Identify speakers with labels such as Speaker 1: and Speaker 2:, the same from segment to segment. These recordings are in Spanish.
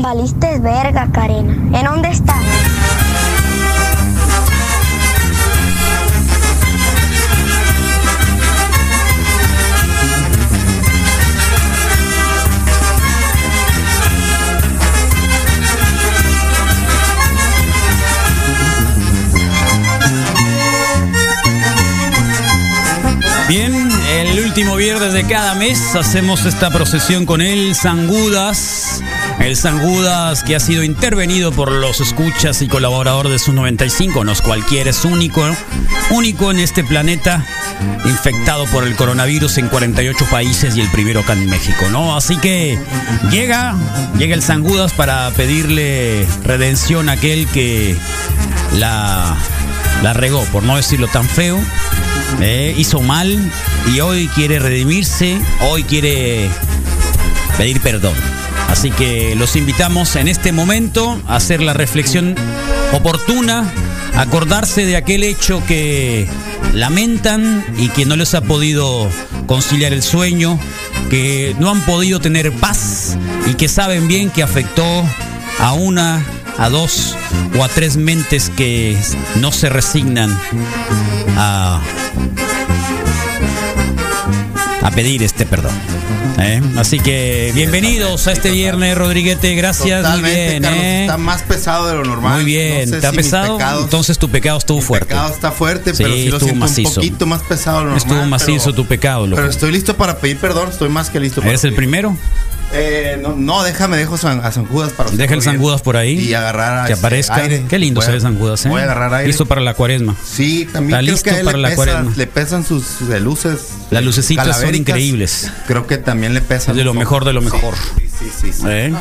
Speaker 1: Valiste verga, Karina. ¿En dónde estás?
Speaker 2: Bien, el último viernes de cada mes hacemos esta procesión con el San Judas. El San Judas que ha sido intervenido por los escuchas y colaborador de sus 95, no es cualquiera, es único, único en este planeta, infectado por el coronavirus en 48 países y el primero acá en México, ¿no? Así que llega, llega el San Judas para pedirle redención a aquel que la, la regó, por no decirlo tan feo, eh, hizo mal y hoy quiere redimirse, hoy quiere pedir perdón. Así que los invitamos en este momento a hacer la reflexión oportuna, acordarse de aquel hecho que lamentan y que no les ha podido conciliar el sueño, que no han podido tener paz y que saben bien que afectó a una, a dos o a tres mentes que no se resignan a, a pedir este perdón. ¿eh? Así que bienvenidos a este viernes, Rodriguete. Gracias,
Speaker 3: Totalmente,
Speaker 2: muy bien.
Speaker 3: Carlos,
Speaker 2: ¿eh?
Speaker 3: está más pesado de lo normal.
Speaker 2: Muy bien,
Speaker 3: No sé
Speaker 2: ¿te ha
Speaker 3: si mis
Speaker 2: pesado?
Speaker 3: pecados-
Speaker 2: Entonces tu pecado estuvo
Speaker 3: mi
Speaker 2: fuerte.
Speaker 3: pecado está fuerte,
Speaker 2: Sí,
Speaker 3: pero sí lo
Speaker 2: estuvo
Speaker 3: siento
Speaker 2: macizo.
Speaker 3: un poquito más pesado de lo normal.
Speaker 2: Estuvo macizo
Speaker 3: pero-
Speaker 2: tu pecado, loco.
Speaker 3: Pero estoy listo para pedir perdón, estoy más que listo. para
Speaker 2: ¿Eres el
Speaker 3: pedir.
Speaker 2: primero?
Speaker 3: Eh, no, no, déjame, dejo San- a San Judas para
Speaker 2: Deja el San Judas por ahí.
Speaker 3: Y agarrar a
Speaker 2: Que
Speaker 3: este,
Speaker 2: aparezca.
Speaker 3: aire.
Speaker 2: Qué lindo
Speaker 3: Voy a-
Speaker 2: se ve San Judas, ¿eh?
Speaker 3: Voy a agarrar aire.
Speaker 2: Listo para la cuaresma.
Speaker 3: Sí, también
Speaker 2: Está
Speaker 3: creo
Speaker 2: listo
Speaker 3: que a él
Speaker 2: para la
Speaker 3: le,
Speaker 2: cuaresma.
Speaker 3: pesa, le pesan sus, sus luces.
Speaker 2: Las lucecitas son
Speaker 3: calavéricas.
Speaker 2: increíbles.
Speaker 3: Creo que también le pesan.
Speaker 2: Es de lo
Speaker 3: un
Speaker 2: mejor
Speaker 3: poco.
Speaker 2: de lo mejor.
Speaker 3: Sí, sí, sí. sí.
Speaker 2: ¿Eh?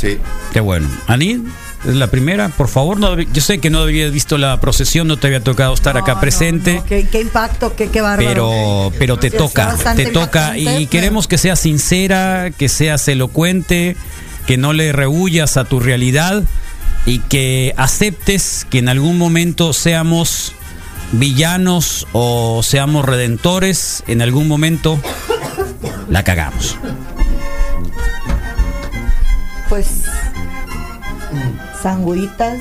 Speaker 3: Sí.
Speaker 2: Qué bueno. Ani, es la primera. Por favor, no, deb- yo sé que no habías visto la procesión, no te había tocado estar
Speaker 4: No,
Speaker 2: acá
Speaker 4: no,
Speaker 2: presente.
Speaker 4: no, qué, qué impacto, qué, qué bárbaro.
Speaker 2: pero pero te
Speaker 4: Sí, está
Speaker 2: toca,
Speaker 4: bastante
Speaker 2: te toca
Speaker 4: impactante,
Speaker 2: y queremos que seas sincera, que seas elocuente, que no le rehuyas a tu realidad y que aceptes que en algún momento seamos villanos o seamos redentores, en algún momento la cagamos.
Speaker 4: Pues, sanguditas.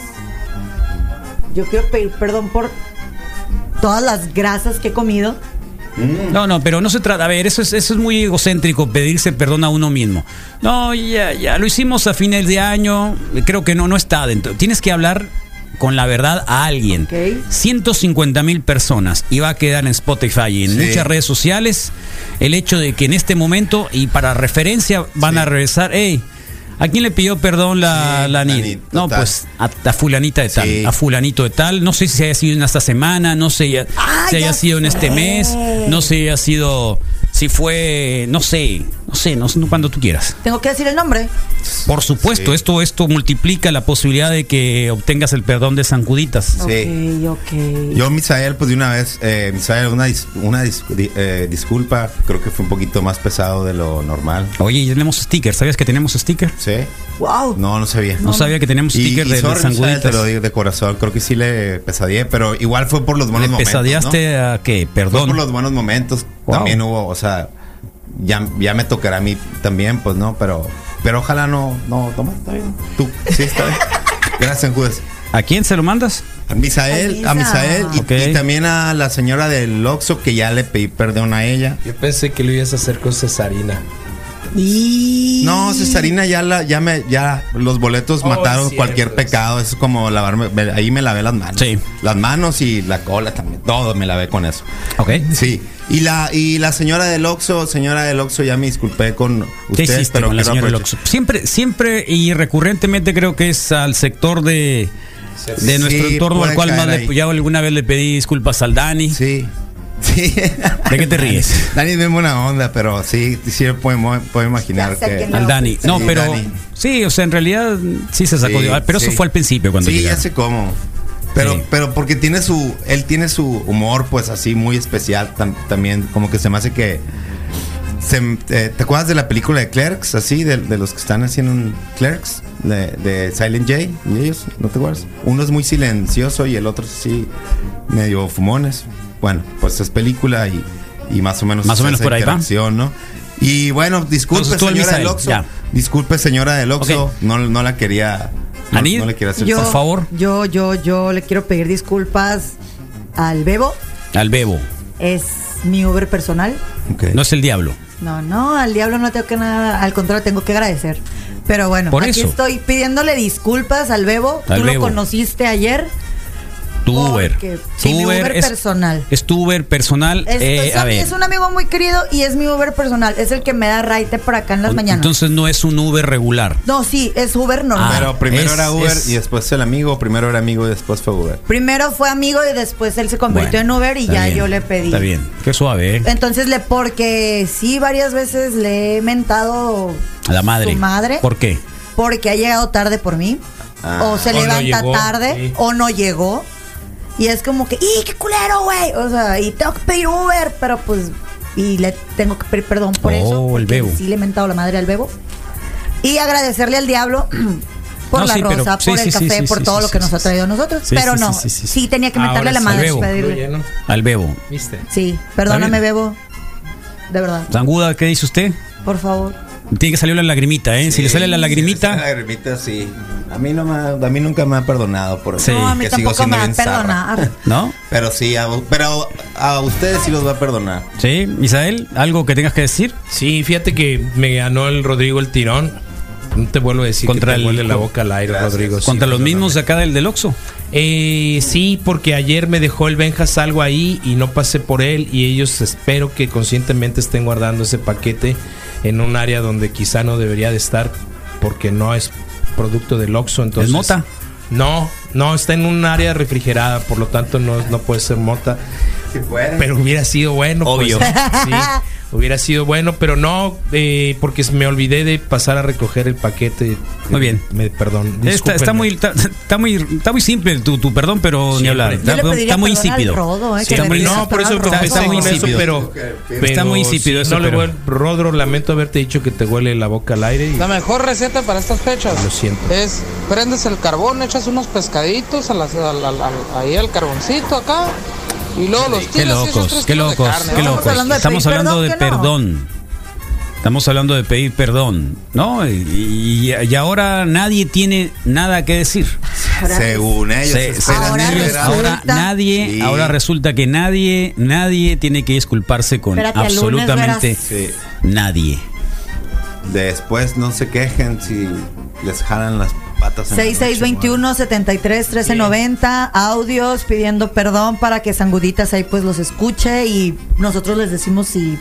Speaker 4: Yo quiero pedir perdón por todas las grasas que he comido.
Speaker 3: Mm.
Speaker 2: No, no, pero no se trata. A ver, eso es, eso es muy egocéntrico, pedirse perdón a uno mismo. No, ya, ya, lo hicimos a fines de año. Creo que no, no está dentro. Tienes que hablar con la verdad a alguien.
Speaker 4: Ok.
Speaker 2: 150 mil personas y va a quedar en Spotify y en
Speaker 3: Sí.
Speaker 2: muchas redes sociales el hecho de que en este momento y para referencia van a regresar, hey, ¿a quién le pidió perdón la,
Speaker 3: Sí,
Speaker 2: la
Speaker 3: la
Speaker 2: Nid?"
Speaker 3: Nid,
Speaker 2: No,
Speaker 3: total.
Speaker 2: pues a, a fulanita de tal,
Speaker 3: Sí.
Speaker 2: a fulanito de tal, no sé si haya sido en esta semana, no sé ya-
Speaker 4: Ah,
Speaker 2: si
Speaker 4: ya
Speaker 2: haya sido en este
Speaker 4: sé.
Speaker 2: mes, no sé ha sido si fue, no sé, no sé, no sé, no, cuando tú quieras.
Speaker 4: Tengo que decir el nombre.
Speaker 2: Por supuesto,
Speaker 3: Sí.
Speaker 2: esto esto multiplica la posibilidad de que obtengas el perdón de San Juditas.
Speaker 3: Sí.
Speaker 4: Ok, ok.
Speaker 3: Yo, Misael, pues de una vez, eh, Misael, una, dis- una dis- di- eh, disculpa, creo que fue un poquito más pesado de lo normal.
Speaker 2: Oye, ya tenemos sticker, ¿sabías que tenemos sticker?
Speaker 3: ¿Sí?
Speaker 4: wow.
Speaker 3: No, no sabía.
Speaker 2: No sabía que teníamos
Speaker 3: Y, y
Speaker 2: sticker de, de
Speaker 3: sorry,
Speaker 2: San
Speaker 3: Misael, te
Speaker 2: Juditas.
Speaker 3: lo digo de corazón, creo que sí le pesadillé, pero igual fue por los buenos
Speaker 2: ¿Le
Speaker 3: momentos.
Speaker 2: pesadeaste a qué?
Speaker 3: ¿no? Pues, Fue
Speaker 2: Perdón.
Speaker 3: por los buenos momentos.
Speaker 2: Wow.
Speaker 3: También hubo, o sea, ya, ya me tocará a mí también, pues no, pero pero ojalá no, no, toma, está bien. Tú, sí, está bien. Gracias, Judas.
Speaker 2: ¿A quién se lo mandas?
Speaker 3: A Misael,
Speaker 4: A
Speaker 3: a
Speaker 4: Misa.
Speaker 3: Misael y,
Speaker 2: Ok.
Speaker 3: y también a la señora del Oxxo que ya le pedí perdón a ella.
Speaker 5: Yo pensé que lo ibas a hacer con cesarina.
Speaker 4: Y...
Speaker 3: No, Cesarina ya la, ya me, ya los boletos
Speaker 5: Oh,
Speaker 3: mataron
Speaker 5: es cierto,
Speaker 3: cualquier
Speaker 5: es-
Speaker 3: pecado. Es como lavarme, me- ahí me lavé las manos.
Speaker 2: Sí.
Speaker 3: Las manos y la cola también. Todo me lavé con eso.
Speaker 2: Ok.
Speaker 3: Sí. Y la, y la señora del Oxxo, señora del Oxxo, ya me disculpé con
Speaker 2: ¿Qué
Speaker 3: ustedes,
Speaker 2: hiciste
Speaker 3: pero
Speaker 2: con la
Speaker 3: quiero
Speaker 2: señora del
Speaker 3: aprovechar-
Speaker 2: Oxxo? Siempre, siempre y recurrentemente creo que es al sector de, de
Speaker 3: Sí,
Speaker 2: nuestro entorno al
Speaker 3: puede
Speaker 2: cual más
Speaker 3: caer
Speaker 2: le,
Speaker 3: ahí.
Speaker 2: ya alguna vez le pedí disculpas al Dani.
Speaker 3: Sí. Sí.
Speaker 2: ¿De qué te ríes?
Speaker 3: Dani es bien buena onda, pero sí, sí podemos, puedo imaginar
Speaker 4: Ya sé
Speaker 3: que.
Speaker 4: que
Speaker 2: Al Dani. No,
Speaker 3: Sí,
Speaker 2: pero
Speaker 3: Dani.
Speaker 2: sí, o sea, en realidad sí se sacó.
Speaker 3: Sí,
Speaker 2: de- pero eso
Speaker 3: sí.
Speaker 2: fue al principio cuando
Speaker 3: Sí,
Speaker 2: llegaron.
Speaker 3: ya sé cómo. Pero,
Speaker 2: Sí.
Speaker 3: pero porque tiene su, él tiene su humor, pues así muy especial tam- también, como que se me hace que. se m- eh, ¿Te acuerdas de la película de Clerks? Así, de, de los que están haciendo un Clerks, de, de Silent J, y ellos, ¿no te acuerdas? Uno es muy silencioso y el otro sí, medio fumones. Bueno, pues es película y, y más o menos.
Speaker 2: Más o
Speaker 3: es
Speaker 2: menos
Speaker 3: esa
Speaker 2: por ahí va.
Speaker 3: interacción, ¿no? Y bueno, disculpe,
Speaker 2: Entonces, tú al
Speaker 3: señora
Speaker 2: Misael,
Speaker 3: del Oxxo.
Speaker 2: ya.
Speaker 3: Disculpe, señora del Oxxo.
Speaker 2: Ok.
Speaker 3: No, no la quería. No,
Speaker 2: Anil,
Speaker 3: no le quería hacer.
Speaker 2: Yo- por favor.
Speaker 4: Yo, yo, yo le quiero pedir disculpas al Bebo.
Speaker 2: Al bebo.
Speaker 4: Es mi Uber personal.
Speaker 3: Ok.
Speaker 2: No es el diablo.
Speaker 4: No, no, al diablo no tengo que nada. Al contrario, tengo que agradecer. Pero bueno,
Speaker 2: Por
Speaker 4: aquí
Speaker 2: eso.
Speaker 4: estoy pidiéndole disculpas al Bebo.
Speaker 2: Al
Speaker 4: Tú
Speaker 2: Bebo.
Speaker 4: lo conociste ayer.
Speaker 2: Tu Uber.
Speaker 4: Porque- sí, mi Uber personal.
Speaker 2: Es tu Uber personal.
Speaker 4: Es,
Speaker 2: eh,
Speaker 4: es
Speaker 2: a
Speaker 4: a mí,
Speaker 2: ver.
Speaker 4: es un amigo muy querido y es mi Uber personal. Es el que me da raite por acá en las mañanas.
Speaker 2: Entonces no es un Uber regular.
Speaker 4: no, sí, es Uber normal.
Speaker 2: Ah,
Speaker 3: Pero primero
Speaker 2: es-
Speaker 3: era Uber
Speaker 2: es-
Speaker 3: y después el amigo. Primero era amigo y después fue Uber.
Speaker 4: Primero fue amigo y después él se convirtió
Speaker 2: Bueno,
Speaker 4: en Uber y
Speaker 2: está
Speaker 4: ya
Speaker 2: bien,
Speaker 4: yo le pedí.
Speaker 2: Está bien. Qué suave, ¿eh?
Speaker 4: Entonces le, porque sí, varias veces le he mentado
Speaker 2: A la madre.
Speaker 4: su madre.
Speaker 2: ¿Por qué?
Speaker 4: Porque ha llegado tarde por mí.
Speaker 3: Ah.
Speaker 4: o se
Speaker 5: O no
Speaker 4: levanta
Speaker 5: llegó,
Speaker 4: tarde.
Speaker 5: sí.
Speaker 4: O no llegó. Y es como que, ¡y qué culero, güey! O sea, y tengo que pedir Uber, pero pues. Y le tengo que pedir perdón por
Speaker 2: Oh,
Speaker 4: eso.
Speaker 2: el
Speaker 4: porque
Speaker 2: bebo.
Speaker 4: Sí, le he mentado la madre al bebo. Y agradecerle al diablo. Por
Speaker 2: No,
Speaker 4: la
Speaker 2: sí, pero-
Speaker 4: rosa,
Speaker 2: sí,
Speaker 4: por
Speaker 2: sí,
Speaker 4: el
Speaker 2: sí,
Speaker 4: café,
Speaker 2: sí,
Speaker 4: por
Speaker 2: sí,
Speaker 4: todo
Speaker 2: sí,
Speaker 4: lo que
Speaker 2: sí,
Speaker 4: nos ha
Speaker 2: sí,
Speaker 4: traído a nosotros.
Speaker 2: sí,
Speaker 4: pero
Speaker 2: sí,
Speaker 4: no,
Speaker 2: sí,
Speaker 4: sí,
Speaker 2: sí, sí.
Speaker 4: tenía que
Speaker 2: Ahora
Speaker 4: mentarle a la
Speaker 2: es al
Speaker 4: madre.
Speaker 2: bebo.
Speaker 4: pedirle.
Speaker 5: Oye, ¿no?
Speaker 2: Al bebo.
Speaker 5: ¿Viste?
Speaker 4: Sí, perdóname,
Speaker 2: Está bien.
Speaker 4: bebo. De verdad,
Speaker 2: Zanguda, ¿qué dice usted?
Speaker 4: por favor.
Speaker 2: Tiene que salir la lagrimita, ¿eh? si le sale la
Speaker 3: Si le sale
Speaker 2: lagrimita.
Speaker 3: la lagrimita, sí. A mí, no me ha- a mí nunca me ha perdonado por
Speaker 2: Sí.
Speaker 3: eso.
Speaker 4: No, a mí
Speaker 3: que sigo
Speaker 4: tampoco
Speaker 3: siendo
Speaker 4: me va a
Speaker 3: bien zarra.
Speaker 4: perdonar.
Speaker 2: ¿No?
Speaker 3: Pero sí, a, pero a ustedes sí los va a perdonar.
Speaker 2: Sí, Isael, ¿algo que tengas que decir?
Speaker 5: Sí, fíjate que me ganó el Rodrigo el tirón. No te vuelvo a decir
Speaker 2: Contra
Speaker 5: que te
Speaker 2: el-
Speaker 5: huele la boca al aire,
Speaker 3: Gracias.
Speaker 5: Rodrigo. sí,
Speaker 2: Contra los
Speaker 5: perdóname.
Speaker 2: mismos de acá del del Oxxo.
Speaker 5: Eh, sí, porque ayer me dejó el Benjas algo ahí y no pasé por él y ellos espero que conscientemente estén guardando ese paquete en un área donde quizá no debería de estar porque no es producto del Oxxo, entonces...
Speaker 2: ¿Es mota?
Speaker 5: No, no, está en un área refrigerada, por lo tanto no, no puede ser mota.
Speaker 3: Si pueden.
Speaker 5: Pero hubiera sido bueno. pues,
Speaker 2: Obvio.
Speaker 5: sí, hubiera sido bueno, pero no, eh, porque me olvidé de pasar a recoger el paquete.
Speaker 2: Muy bien.
Speaker 5: Me, perdón.
Speaker 2: Está, está
Speaker 5: discúlpenme.
Speaker 2: muy, está, está muy, está muy simple tu, tu perdón, pero ni
Speaker 5: Siempre.
Speaker 2: hablar.
Speaker 5: Yo
Speaker 2: Está,
Speaker 4: le pediría
Speaker 2: está muy
Speaker 4: perdón al
Speaker 2: insípido.
Speaker 4: Rodo, eh,
Speaker 2: Sí,
Speaker 4: que
Speaker 2: está
Speaker 4: le
Speaker 2: muy-
Speaker 4: pediría
Speaker 5: No, por eso
Speaker 4: Está
Speaker 5: empecé
Speaker 2: muy
Speaker 5: con eso,
Speaker 2: insípido.
Speaker 5: pero, pero
Speaker 2: Está muy insípido
Speaker 5: si
Speaker 2: eso,
Speaker 5: No le
Speaker 2: pero-
Speaker 5: vuel- Rodro, lamento haberte dicho que te huele la boca al aire. y-
Speaker 6: La mejor receta para estas fechas
Speaker 5: Lo siento.
Speaker 6: es prendes el carbón, echas unos pescaditos a las- al- al- al- ahí al carboncito acá y luego los tiras.
Speaker 2: Qué
Speaker 6: y esos
Speaker 2: locos,
Speaker 6: tres
Speaker 2: qué
Speaker 6: kilos de
Speaker 2: locos,
Speaker 6: carne,
Speaker 2: qué
Speaker 6: ¿no?
Speaker 4: Estamos
Speaker 2: locos.
Speaker 4: hablando de
Speaker 2: Estamos
Speaker 4: pedir
Speaker 2: hablando de perdón.
Speaker 4: perdón,
Speaker 2: Estamos hablando de pedir perdón, ¿no? Y, y- y ahora nadie tiene nada que decir.
Speaker 3: Según ellos.
Speaker 2: Se- se-
Speaker 3: esperan
Speaker 4: ahora
Speaker 3: que-
Speaker 4: resulta-
Speaker 2: ahora nadie,
Speaker 3: Sí.
Speaker 2: ahora resulta que nadie, nadie tiene que disculparse con
Speaker 4: Espérate, el lunes
Speaker 2: absolutamente
Speaker 4: verás.
Speaker 3: Sí.
Speaker 2: nadie.
Speaker 3: Después no se quejen si les jalan las patas. en la noche,
Speaker 4: 6621-73-1390, audios pidiendo perdón para que Sanguditas ahí pues los escuche y nosotros les decimos si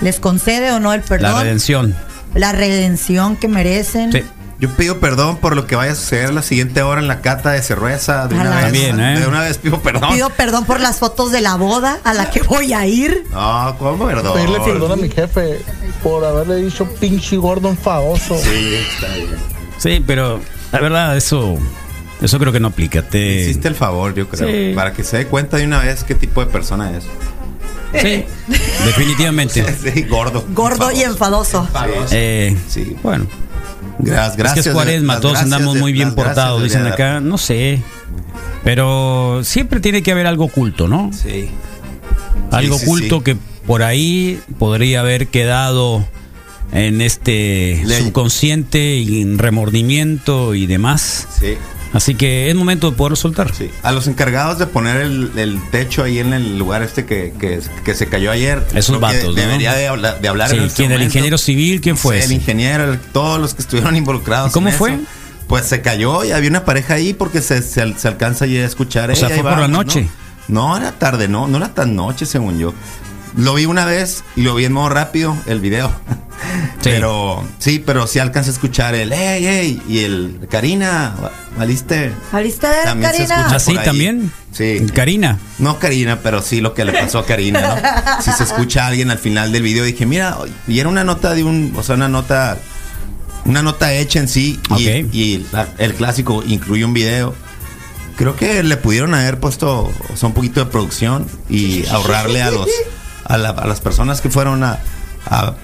Speaker 4: les concede o no el perdón.
Speaker 2: La redención.
Speaker 4: La redención que merecen.
Speaker 2: Sí.
Speaker 3: güey. Yo pido perdón por lo que vaya a suceder la siguiente hora en la cata de cerveza. De una,
Speaker 4: Ojalá.
Speaker 3: vez,
Speaker 2: También, ¿eh?
Speaker 3: de una vez pido perdón.
Speaker 4: Pido perdón por las fotos de la boda a la que voy a ir.
Speaker 3: No, ¿cómo perdón?
Speaker 7: Pedirle perdón a mi jefe por haberle dicho pinche Gordon faoso.
Speaker 3: Sí, está bien.
Speaker 2: Sí, pero la verdad, eso, eso creo que no aplica. Te-
Speaker 3: Hiciste el favor, yo creo.
Speaker 2: Sí.
Speaker 3: Para que se dé cuenta de una vez qué tipo de persona es.
Speaker 2: Sí, definitivamente.
Speaker 3: Sí, gordo.
Speaker 4: Gordo y
Speaker 3: enfadoso.
Speaker 4: enfadoso.
Speaker 2: Eh,
Speaker 3: Sí.
Speaker 2: Bueno.
Speaker 3: Gracias, gracias.
Speaker 2: es que es cuaresma,
Speaker 3: las
Speaker 2: todos
Speaker 3: gracias
Speaker 2: andamos
Speaker 3: de-
Speaker 2: muy bien
Speaker 3: las gracias
Speaker 2: portados, dicen
Speaker 3: debería
Speaker 2: acá. No sé. Pero siempre tiene que haber algo oculto, ¿no?
Speaker 3: dar. Sí.
Speaker 2: algo
Speaker 3: sí,
Speaker 2: oculto
Speaker 3: sí.
Speaker 2: que por ahí podría haber quedado en este
Speaker 3: Le-
Speaker 2: subconsciente y en remordimiento y demás.
Speaker 3: Sí.
Speaker 2: Así que es momento de poder soltar.
Speaker 3: Sí. A los encargados de poner el, el techo ahí en el lugar este que, que- que se cayó ayer.
Speaker 2: Esos
Speaker 3: creo que
Speaker 2: vatos, ¿no?
Speaker 3: Debería de hablar, de hablar
Speaker 2: Sí,
Speaker 3: en este
Speaker 2: ¿quién? ¿El
Speaker 3: momento.
Speaker 2: ingeniero civil? ¿Quién
Speaker 3: No
Speaker 2: fue
Speaker 3: sé,
Speaker 2: ese?
Speaker 3: El ingeniero, el- todos los que estuvieron involucrados.
Speaker 2: ¿Y cómo
Speaker 3: en eso.
Speaker 2: fue?
Speaker 3: Pues se cayó y había una pareja ahí porque se, se, al- se alcanza ya a escuchar.
Speaker 2: O sea,
Speaker 3: "Ey,
Speaker 2: fue
Speaker 3: ahí
Speaker 2: por la
Speaker 3: vamos",
Speaker 2: noche.
Speaker 3: ¿no? No, era tarde, no, no era tan noche según yo. Lo vi una vez y lo vi en modo rápido el video.
Speaker 2: Sí.
Speaker 3: Pero sí, pero sí alcanza a escuchar el ey, ey y el Karina, ¿valiste?
Speaker 4: ¿Saliste a ver,
Speaker 3: También se escucha.
Speaker 2: ¿Así
Speaker 4: Karina?
Speaker 3: Ah, por ahí.
Speaker 2: ¿Ah, también?
Speaker 3: Sí.
Speaker 2: Karina.
Speaker 3: No Karina, pero sí lo que le pasó a Karina, ¿no? Si se escucha a alguien al final del video, dije, mira, y era una nota de un, o sea, una nota, una nota hecha en sí, y,
Speaker 2: Ok.
Speaker 3: y la- el clásico incluye un video. Creo que le pudieron haber puesto, o sea, un poquito de producción y ahorrarle a los, a, la- a las personas que fueron a, a-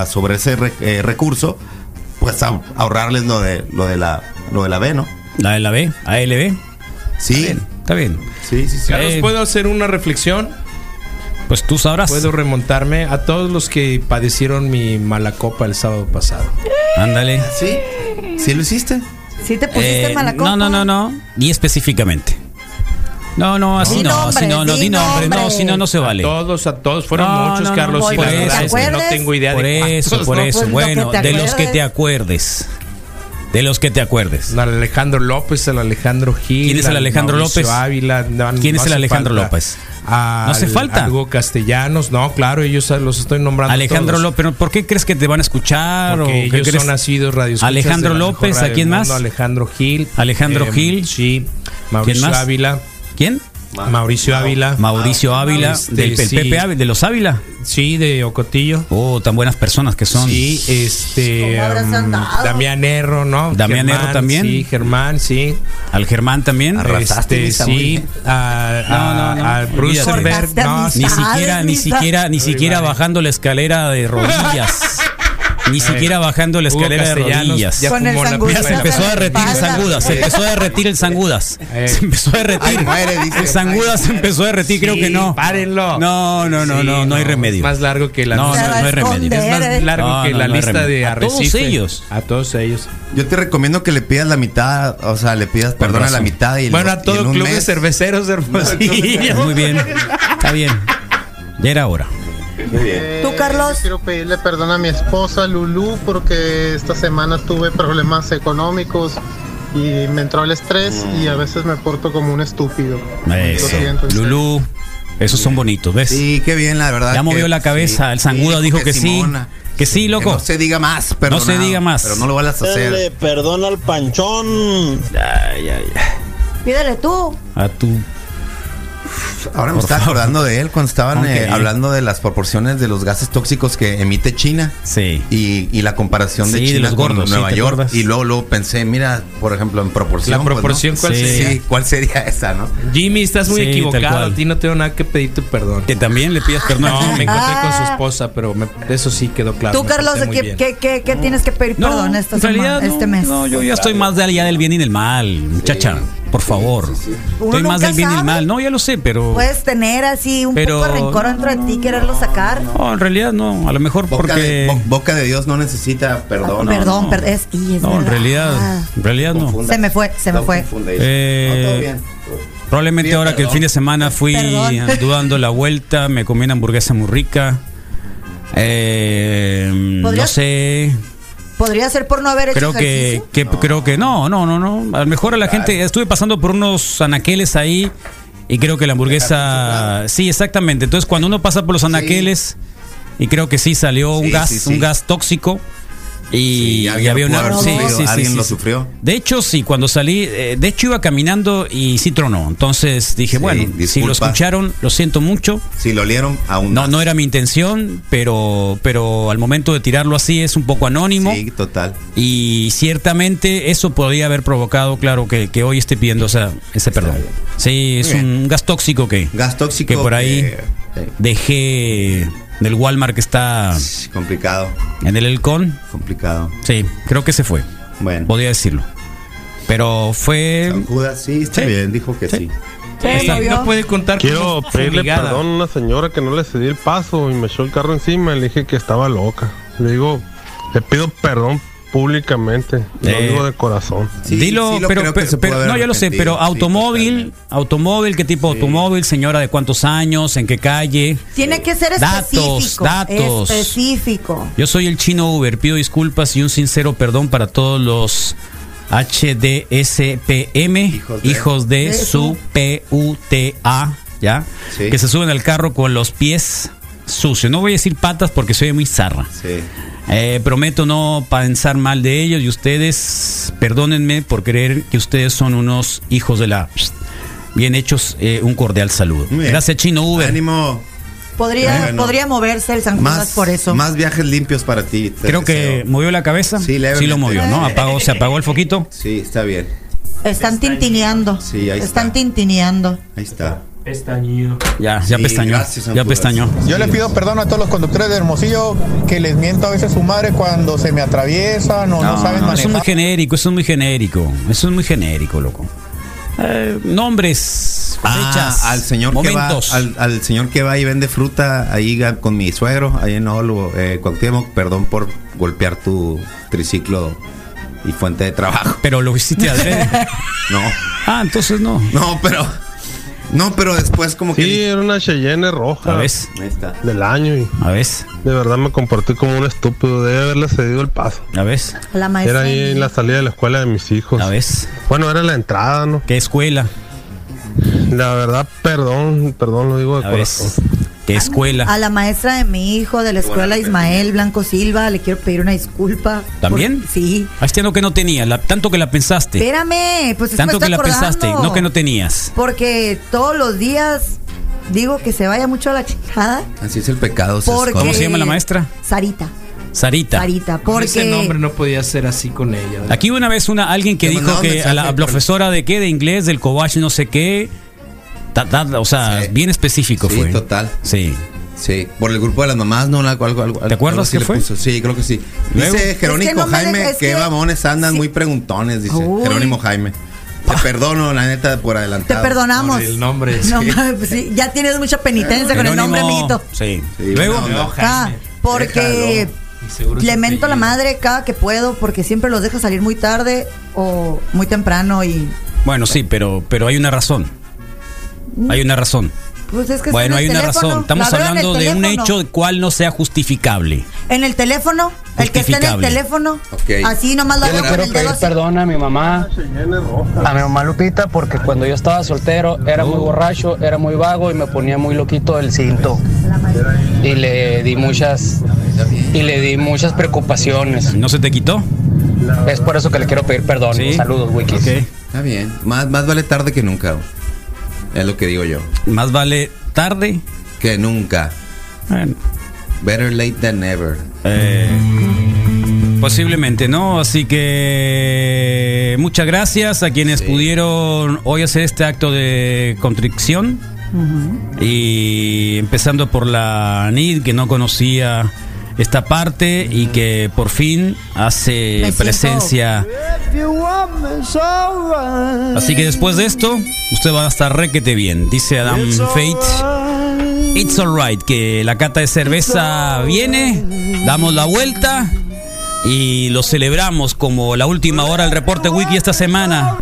Speaker 3: a- sobre ese re- eh, recurso, pues a- ahorrarles lo de, lo de la, lo de la B, ¿no?
Speaker 2: La de la B, ALB.
Speaker 3: Sí,
Speaker 2: Está bien.
Speaker 3: sí, sí, sí.
Speaker 5: Carlos, ¿puedo hacer una reflexión?
Speaker 2: Pues tú sabrás.
Speaker 5: Puedo remontarme a todos los que padecieron mi mala copa el sábado pasado.
Speaker 2: Ándale.
Speaker 3: ¿Sí? ¿Sí lo hiciste?
Speaker 4: ¿Sí te pusiste
Speaker 2: Eh,
Speaker 4: mala
Speaker 2: no, no, no, no. Ni específicamente. No, no, así
Speaker 4: Di
Speaker 2: no, así
Speaker 4: nombres,
Speaker 2: no, no,
Speaker 4: di
Speaker 2: di nombre, no,
Speaker 4: nombres.
Speaker 2: si no, no se vale.
Speaker 5: A todos, a todos. Fueron
Speaker 2: No,
Speaker 5: muchos,
Speaker 2: no, no,
Speaker 5: Carlos.
Speaker 2: no,
Speaker 5: y
Speaker 2: por
Speaker 5: la
Speaker 2: eso,
Speaker 5: verdad es que no
Speaker 4: ¿acuerdos?
Speaker 5: tengo idea
Speaker 2: Por
Speaker 5: de
Speaker 2: eso,
Speaker 5: cuántos,
Speaker 2: por
Speaker 5: ¿no?
Speaker 2: eso.
Speaker 4: Pues lo
Speaker 2: bueno,
Speaker 4: que te
Speaker 2: de los que te
Speaker 4: acuerdes.
Speaker 2: acuerdes. De los que te acuerdes.
Speaker 5: Pues, Al Alejandro López, el Alejandro Gil.
Speaker 2: ¿Quién es el
Speaker 5: al
Speaker 2: Alejandro
Speaker 5: Mauricio
Speaker 2: López?
Speaker 5: Ávila, no,
Speaker 2: ¿Quién
Speaker 5: no
Speaker 2: es el
Speaker 5: hace
Speaker 2: Alejandro
Speaker 5: falta.
Speaker 2: López?
Speaker 5: Al-
Speaker 2: No hace falta.
Speaker 5: Algo castellanos, no, claro, ellos ah, los estoy nombrando.
Speaker 2: Alejandro
Speaker 5: todos.
Speaker 2: López, ¿por qué crees que te van a escuchar? o
Speaker 5: Porque
Speaker 2: qué
Speaker 5: ellos
Speaker 2: crees?
Speaker 5: son nacidos radio
Speaker 2: Alejandro López, ¿a quién más?
Speaker 5: Alejandro Gil.
Speaker 2: Alejandro
Speaker 5: em,
Speaker 2: Gil.
Speaker 5: Sí. Mauricio
Speaker 2: más?
Speaker 5: Ávila.
Speaker 2: ¿Quién?
Speaker 5: Mauricio Ávila.
Speaker 2: Mauricio Ávila,
Speaker 5: Este,
Speaker 2: del el
Speaker 5: sí.
Speaker 2: Pepe Ávila, de los Ávila.
Speaker 5: Sí, de Ocotillo.
Speaker 2: Oh, tan buenas personas que son.
Speaker 5: Sí, este.
Speaker 4: ¿Cómo habrás
Speaker 5: em,
Speaker 4: andado?
Speaker 5: Damián Erro, ¿no?
Speaker 2: Damián
Speaker 5: Germán,
Speaker 2: Erro también.
Speaker 5: Sí, Germán, sí.
Speaker 2: Al Germán también.
Speaker 3: Arrasaste,
Speaker 5: este,
Speaker 3: Lisa, muy
Speaker 5: sí.
Speaker 3: bien.
Speaker 5: A,
Speaker 2: No,
Speaker 5: a-
Speaker 2: no, no.
Speaker 5: a Bruce
Speaker 2: Olvídate.
Speaker 5: Berg,
Speaker 4: Cortaste
Speaker 5: no,
Speaker 4: amistad.
Speaker 2: Ni siquiera,
Speaker 4: Ay,
Speaker 2: ni
Speaker 4: Lisa.
Speaker 2: siquiera, ni
Speaker 5: Ay,
Speaker 2: siquiera
Speaker 5: vale.
Speaker 2: bajando la escalera de rodillas. ni siquiera bajando la
Speaker 5: Hugo
Speaker 2: escalera de
Speaker 5: Castellanos,
Speaker 2: rodillas.
Speaker 5: ya
Speaker 2: Ya
Speaker 4: Con el
Speaker 5: fumó la
Speaker 4: sangudo.
Speaker 5: primera
Speaker 2: se empezó a derretir el
Speaker 4: Pasa.
Speaker 2: Sangudas, se empezó a derretir el Sangudas.
Speaker 5: Eh.
Speaker 2: Se empezó a derretir.
Speaker 3: Ay, muere, dice.
Speaker 2: El Sangudas se empezó a derretir, creo
Speaker 5: Sí,
Speaker 2: que no.
Speaker 5: párenlo.
Speaker 2: No, no, no,
Speaker 5: Sí,
Speaker 2: no, no hay remedio.
Speaker 5: Más largo que la
Speaker 2: No,
Speaker 4: Se va
Speaker 2: no,
Speaker 4: a
Speaker 2: no hay remedio.
Speaker 4: esconder,
Speaker 5: Es más
Speaker 4: eh.
Speaker 5: largo
Speaker 2: No,
Speaker 5: que
Speaker 2: no,
Speaker 5: la
Speaker 2: no hay
Speaker 5: lista
Speaker 2: remedio.
Speaker 5: de
Speaker 2: A todos
Speaker 5: arrecife.
Speaker 2: ellos.
Speaker 5: A todos ellos.
Speaker 3: Yo te recomiendo que le pidas la mitad, o sea, le pidas perdón a la
Speaker 2: razón.
Speaker 3: mitad y
Speaker 5: bueno,
Speaker 3: lo-
Speaker 5: a
Speaker 3: y en
Speaker 5: todo
Speaker 3: un
Speaker 5: club de
Speaker 3: mes-
Speaker 5: cerveceros de Hermosillo.
Speaker 2: Muy bien. Está bien. Ya era hora.
Speaker 4: ¿eh? ¿Tú, Carlos?
Speaker 8: Quiero pedirle perdón a mi esposa Lulu porque esta semana tuve problemas económicos y me entró el estrés y a veces me porto como un estúpido.
Speaker 2: Mm. Eso.
Speaker 8: Lo siento, en serio.
Speaker 2: Lulú, esos son bonitos, ¿ves?
Speaker 3: Sí, qué bien, la verdad.
Speaker 2: Ya movió
Speaker 3: que-
Speaker 2: la cabeza, el zangudo dijo que sí, que sí, loco.
Speaker 3: no se diga más, pero
Speaker 2: se diga más.
Speaker 3: Pero no lo vayas a
Speaker 9: Dale,
Speaker 3: hacer.
Speaker 9: perdón al panchón.
Speaker 4: Pídele tú.
Speaker 2: A tu
Speaker 3: Ahora me estaba acordando de él cuando estaban
Speaker 2: Ok.
Speaker 3: eh, hablando de las proporciones de los gases tóxicos que emite China.
Speaker 2: Sí.
Speaker 3: Y, y la comparación de
Speaker 2: Sí, de
Speaker 3: China
Speaker 2: los
Speaker 3: con
Speaker 2: gordos,
Speaker 3: Nueva
Speaker 2: sí, ¿te
Speaker 3: York.
Speaker 2: acuerdas?
Speaker 3: Y luego, luego pensé, mira, por ejemplo, en proporción.
Speaker 5: La
Speaker 3: pues, ¿no?
Speaker 5: proporción, ¿cuál
Speaker 3: Sí,
Speaker 5: sería?
Speaker 3: sí, ¿cuál sería esa, no?
Speaker 5: Jimmy, estás muy
Speaker 2: Sí, tal
Speaker 5: equivocado.
Speaker 2: cual.
Speaker 5: A ti no tengo nada que pedir tu perdón.
Speaker 2: Que también le pidas perdón.
Speaker 5: No, me encontré con su esposa, pero me- eso sí quedó claro.
Speaker 4: Ah. ¿Tú,
Speaker 5: me
Speaker 4: Carlos,
Speaker 5: porté muy
Speaker 4: qué,
Speaker 5: bien.
Speaker 4: qué, qué, qué tienes que pedir
Speaker 2: No,
Speaker 4: perdón esta
Speaker 2: en
Speaker 4: semana,
Speaker 2: realidad no,
Speaker 4: este mes?
Speaker 2: No, yo ya estoy más de allá del bien y del mal, muchacha. Por favor.
Speaker 4: Uno
Speaker 2: Estoy más
Speaker 4: nunca
Speaker 2: del bien y del
Speaker 4: sabe.
Speaker 2: mal. No, ya lo sé, pero.
Speaker 4: Puedes tener así un
Speaker 2: Pero-
Speaker 4: poco de rencor dentro de ti, quererlo sacar.
Speaker 2: No, en realidad no. A lo mejor
Speaker 3: Boca, de,
Speaker 2: porque.
Speaker 3: bo- boca de Dios no necesita
Speaker 4: Ah,
Speaker 3: perdón. ¿no?
Speaker 4: perdón,
Speaker 2: no.
Speaker 4: perdón. Es, y es
Speaker 2: No, en
Speaker 4: verdad. Ah,
Speaker 2: realidad. En realidad no.
Speaker 3: Confunda.
Speaker 4: Se me fue, se me
Speaker 3: No
Speaker 4: fue.
Speaker 3: confunda eso.
Speaker 2: Eh,
Speaker 3: No, todo bien.
Speaker 2: Probablemente
Speaker 3: Bien,
Speaker 2: ahora que el
Speaker 3: perdón.
Speaker 2: fin de semana fui
Speaker 4: Perdón.
Speaker 2: dudando la vuelta, me comí una hamburguesa muy rica. Eh, no
Speaker 4: ¿Podrías-
Speaker 2: sé.
Speaker 4: Podría ser por no haber hecho
Speaker 2: creo que,
Speaker 4: ejercicio.
Speaker 2: que creo que no, no, no, no. A lo mejor a la gente estuve pasando por unos anaqueles ahí y creo que la hamburguesa sí, exactamente. Entonces, cuando uno pasa por los anaqueles y creo que sí salió un
Speaker 3: Sí,
Speaker 2: gas,
Speaker 3: sí, sí.
Speaker 2: un gas tóxico y,
Speaker 3: Sí, alguien
Speaker 2: y había
Speaker 3: lo pudo
Speaker 2: una
Speaker 3: haber
Speaker 2: sí,
Speaker 3: sufrido,
Speaker 2: sí, sí,
Speaker 3: alguien
Speaker 2: sí,
Speaker 3: lo
Speaker 2: sí.
Speaker 3: sufrió.
Speaker 2: De hecho, sí, cuando salí, eh, de hecho iba caminando y sí tronó. Entonces dije,
Speaker 3: Sí,
Speaker 2: bueno, si lo
Speaker 3: disculpa.
Speaker 2: escucharon, lo siento mucho.
Speaker 3: Si lo olieron, aún
Speaker 2: No, no era mi intención, pero, pero al momento de tirarlo así es un poco anónimo.
Speaker 3: Sí, total.
Speaker 2: Y ciertamente eso podría haber provocado, claro, que, que hoy esté pidiendo esa, ese perdón.
Speaker 3: bien.
Speaker 2: Sí, es
Speaker 3: Muy bien.
Speaker 2: un gas tóxico que
Speaker 3: Gas tóxico.
Speaker 2: Que por ahí-
Speaker 3: eh,
Speaker 2: dejé del Walmart que está
Speaker 3: sí, complicado,
Speaker 2: en el Elcon.
Speaker 3: complicado.
Speaker 2: Sí, creo que se fue,
Speaker 3: Bueno.
Speaker 2: podría decirlo. Pero fue...
Speaker 3: San Judas, sí, está
Speaker 2: eh, Sí.
Speaker 3: bien, dijo que sí.
Speaker 5: Ey,
Speaker 4: Eso vio.
Speaker 5: no puede contar con
Speaker 8: Quiero
Speaker 5: su
Speaker 8: pedirle
Speaker 5: ligada.
Speaker 8: perdón a una señora que no le cedí el paso y me echó el carro encima. Le dije que estaba loca. Le digo, le pido perdón públicamente. Lo
Speaker 2: Eh.
Speaker 8: digo de corazón.
Speaker 3: Sí,
Speaker 2: Dilo,
Speaker 3: sí lo
Speaker 2: pero,
Speaker 3: creo que
Speaker 2: pero-
Speaker 3: se pudo
Speaker 2: pero-
Speaker 3: haber
Speaker 2: no, yo lo sé,
Speaker 3: arrepentido,
Speaker 2: pero
Speaker 3: sí,
Speaker 2: automóvil,
Speaker 3: totalmente.
Speaker 2: automóvil, ¿qué tipo de automóvil? Señora, ¿de cuántos años? ¿En qué calle?
Speaker 4: Tiene que ser
Speaker 2: Datos,
Speaker 4: específico.
Speaker 2: datos.
Speaker 4: Específico.
Speaker 2: Yo soy el chino Uber, pido disculpas y un sincero perdón para todos los HDSPM, hijos
Speaker 3: Hijos
Speaker 2: de,
Speaker 3: de-
Speaker 4: de
Speaker 2: su
Speaker 4: su-
Speaker 2: PUTA, ¿ya?
Speaker 3: Sí.
Speaker 2: Que se suben al carro con los pies sucios. No voy a decir patas porque soy muy zarra.
Speaker 3: Sí.
Speaker 2: Eh, prometo no pensar mal de ellos y ustedes, perdónenme por creer que ustedes son unos hijos de la... Bien hechos, eh, un cordial saludo.
Speaker 3: Muy bien.
Speaker 2: Gracias, chino Uber.
Speaker 3: Ánimo.
Speaker 4: Podría,
Speaker 3: Bueno.
Speaker 4: podría moverse el San Judas
Speaker 3: Más,
Speaker 4: por eso.
Speaker 3: más viajes limpios para ti. te
Speaker 2: Creo que
Speaker 3: deseo.
Speaker 2: movió la cabeza.
Speaker 3: Sí,
Speaker 2: Sí,
Speaker 3: levemente.
Speaker 2: lo movió, ¿no? Apagó, se apagó el foquito.
Speaker 3: Sí, está bien.
Speaker 4: Están tintineando.
Speaker 3: Sí, ahí
Speaker 4: Están
Speaker 3: está.
Speaker 4: tintineando.
Speaker 3: Ahí está.
Speaker 2: Ya, ya
Speaker 3: Sí,
Speaker 2: pestañó.
Speaker 3: gracias, San
Speaker 2: ya
Speaker 3: Judas.
Speaker 2: pestañó.
Speaker 7: Yo le pido perdón a todos los conductores de Hermosillo que les miento a veces su madre cuando se me atraviesan o no,
Speaker 2: No,
Speaker 7: saben
Speaker 2: no, eso es muy
Speaker 7: manejar.
Speaker 2: genérico, eso es muy genérico. Eso es muy genérico, loco. eh, nombres,
Speaker 3: Ah,
Speaker 2: fechas,
Speaker 3: al señor
Speaker 2: momentos.
Speaker 3: que va, al, al señor que va y vende fruta ahí ga- con mi suegro, ahí en Olo, eh, Cuauhtémoc, perdón por golpear tu triciclo y fuente de trabajo.
Speaker 2: Pero lo hiciste adrede.
Speaker 3: No,
Speaker 2: ah, entonces no.
Speaker 3: no, pero, no, pero después como que.
Speaker 9: Sí, era una Cheyenne
Speaker 2: A
Speaker 3: Ah.
Speaker 9: roja
Speaker 2: ver,
Speaker 3: Ahí está.
Speaker 9: del año y
Speaker 2: a ver,
Speaker 9: de verdad me comporté como un estúpido. Debe haberle cedido el paso.
Speaker 2: a ver,
Speaker 4: La maestra.
Speaker 9: Era ahí
Speaker 4: de-
Speaker 9: en la salida de la escuela de mis hijos.
Speaker 3: Pues.
Speaker 2: a ver.
Speaker 9: Bueno, era la entrada, ¿no?
Speaker 2: ¿Qué escuela?
Speaker 9: La verdad, perdón, perdón, lo digo de
Speaker 3: Pues,
Speaker 2: A ver,
Speaker 9: corazón.
Speaker 2: ¿qué escuela?
Speaker 4: A la maestra de mi hijo de la escuela Ismael Blanco Silva, le quiero pedir una disculpa.
Speaker 2: ¿También?
Speaker 4: Por- sí.
Speaker 2: A este no que no tenía, la- tanto que la pensaste.
Speaker 4: Espérame, pues es me
Speaker 2: Tanto
Speaker 4: estoy
Speaker 2: que la pensaste,
Speaker 4: acordando.
Speaker 2: no que no tenías.
Speaker 4: Porque todos los días digo que se vaya mucho a la chingada.
Speaker 3: Así es el pecado. se
Speaker 4: Porque...
Speaker 3: esconde.
Speaker 2: ¿Cómo Pues se llama la maestra?
Speaker 4: Sarita.
Speaker 2: Sarita.
Speaker 4: Sarita. Porque.
Speaker 5: Ese nombre no podía ser así con ella. ¿verdad?
Speaker 2: Aquí una vez una alguien que
Speaker 3: Te
Speaker 2: dijo
Speaker 3: mandaba un
Speaker 2: que a
Speaker 3: mensaje,
Speaker 2: la
Speaker 3: pero-
Speaker 2: profesora de qué, de inglés, del Cobach, no sé qué. ta- ta- o sea,
Speaker 3: Sí.
Speaker 2: bien específico
Speaker 3: Sí,
Speaker 2: fue.
Speaker 3: total.
Speaker 2: Sí.
Speaker 3: Sí, por el grupo de las mamás, no, algo, algo, algo-
Speaker 2: ¿Te acuerdas
Speaker 3: algo así
Speaker 2: que
Speaker 3: le
Speaker 2: fue?
Speaker 3: puso. Sí, creo que sí.
Speaker 2: Luego.
Speaker 3: Dice Jerónimo
Speaker 4: Es que no me
Speaker 3: Jaime,
Speaker 4: deja- es
Speaker 3: que,
Speaker 4: que-
Speaker 3: babones andan
Speaker 4: sí.
Speaker 3: muy preguntones, dice
Speaker 4: Uy.
Speaker 3: Jerónimo Jaime. Te perdono, la neta, por
Speaker 4: Te
Speaker 2: Ah,
Speaker 3: adelantado.
Speaker 4: perdonamos.
Speaker 5: Por el nombre,
Speaker 4: No,
Speaker 5: sí.
Speaker 4: ma- pues sí, ya tienes mucha penitencia con el nombre,
Speaker 2: Jerónimo-
Speaker 4: amiguito.
Speaker 2: Sí.
Speaker 3: Sí,
Speaker 2: Luego,
Speaker 3: buena onda.
Speaker 4: Ah, porque
Speaker 3: Déjalo.
Speaker 5: Y seguro es
Speaker 4: lamento a la
Speaker 5: apellido.
Speaker 4: madre cada que puedo porque siempre los dejo salir muy tarde o muy temprano y
Speaker 2: bueno, sí, pero, pero hay una razón. Hay una razón.
Speaker 4: pues Mm. es que es
Speaker 2: Bueno,
Speaker 4: en
Speaker 2: hay
Speaker 4: el
Speaker 2: una
Speaker 4: teléfono,
Speaker 2: razón. Estamos
Speaker 4: la veo en el
Speaker 2: hablando de un
Speaker 4: teléfono.
Speaker 2: hecho del cual no sea justificable.
Speaker 4: En el teléfono, el que está en el
Speaker 2: Justificable.
Speaker 4: teléfono.
Speaker 3: Ok.
Speaker 4: Así nomás la
Speaker 3: Yo
Speaker 4: veo
Speaker 3: le
Speaker 4: con
Speaker 3: quiero
Speaker 4: el dedo. así.
Speaker 6: Perdona a mi mamá, a mi mamá Lupita, porque cuando yo estaba soltero era muy borracho, era muy vago y me ponía muy loquito del cinto. Y le di muchas y le di muchas preocupaciones.
Speaker 2: ¿No se te quitó?
Speaker 6: Es por eso que le quiero pedir perdón.
Speaker 2: Sí.
Speaker 6: Saludos, Wikis.
Speaker 2: Ok.
Speaker 3: Está bien. Más, más vale tarde que nunca. güey. Es lo que digo yo.
Speaker 2: Más vale tarde.
Speaker 3: Que nunca.
Speaker 2: Bueno,
Speaker 3: Better late than never.
Speaker 2: eh, posiblemente, ¿no? Así que muchas gracias a quienes
Speaker 3: Sí.
Speaker 2: pudieron hoy hacer este acto de contrición. Y empezando por la NID, que no conocía esta parte y que por fin hace
Speaker 4: Me siento-
Speaker 2: presencia. Así que después de esto, usted va a estar requete bien, dice Adam Fate. It's alright, que la cata de cerveza viene, damos la vuelta y lo celebramos como la última hora del reporte wiki esta semana.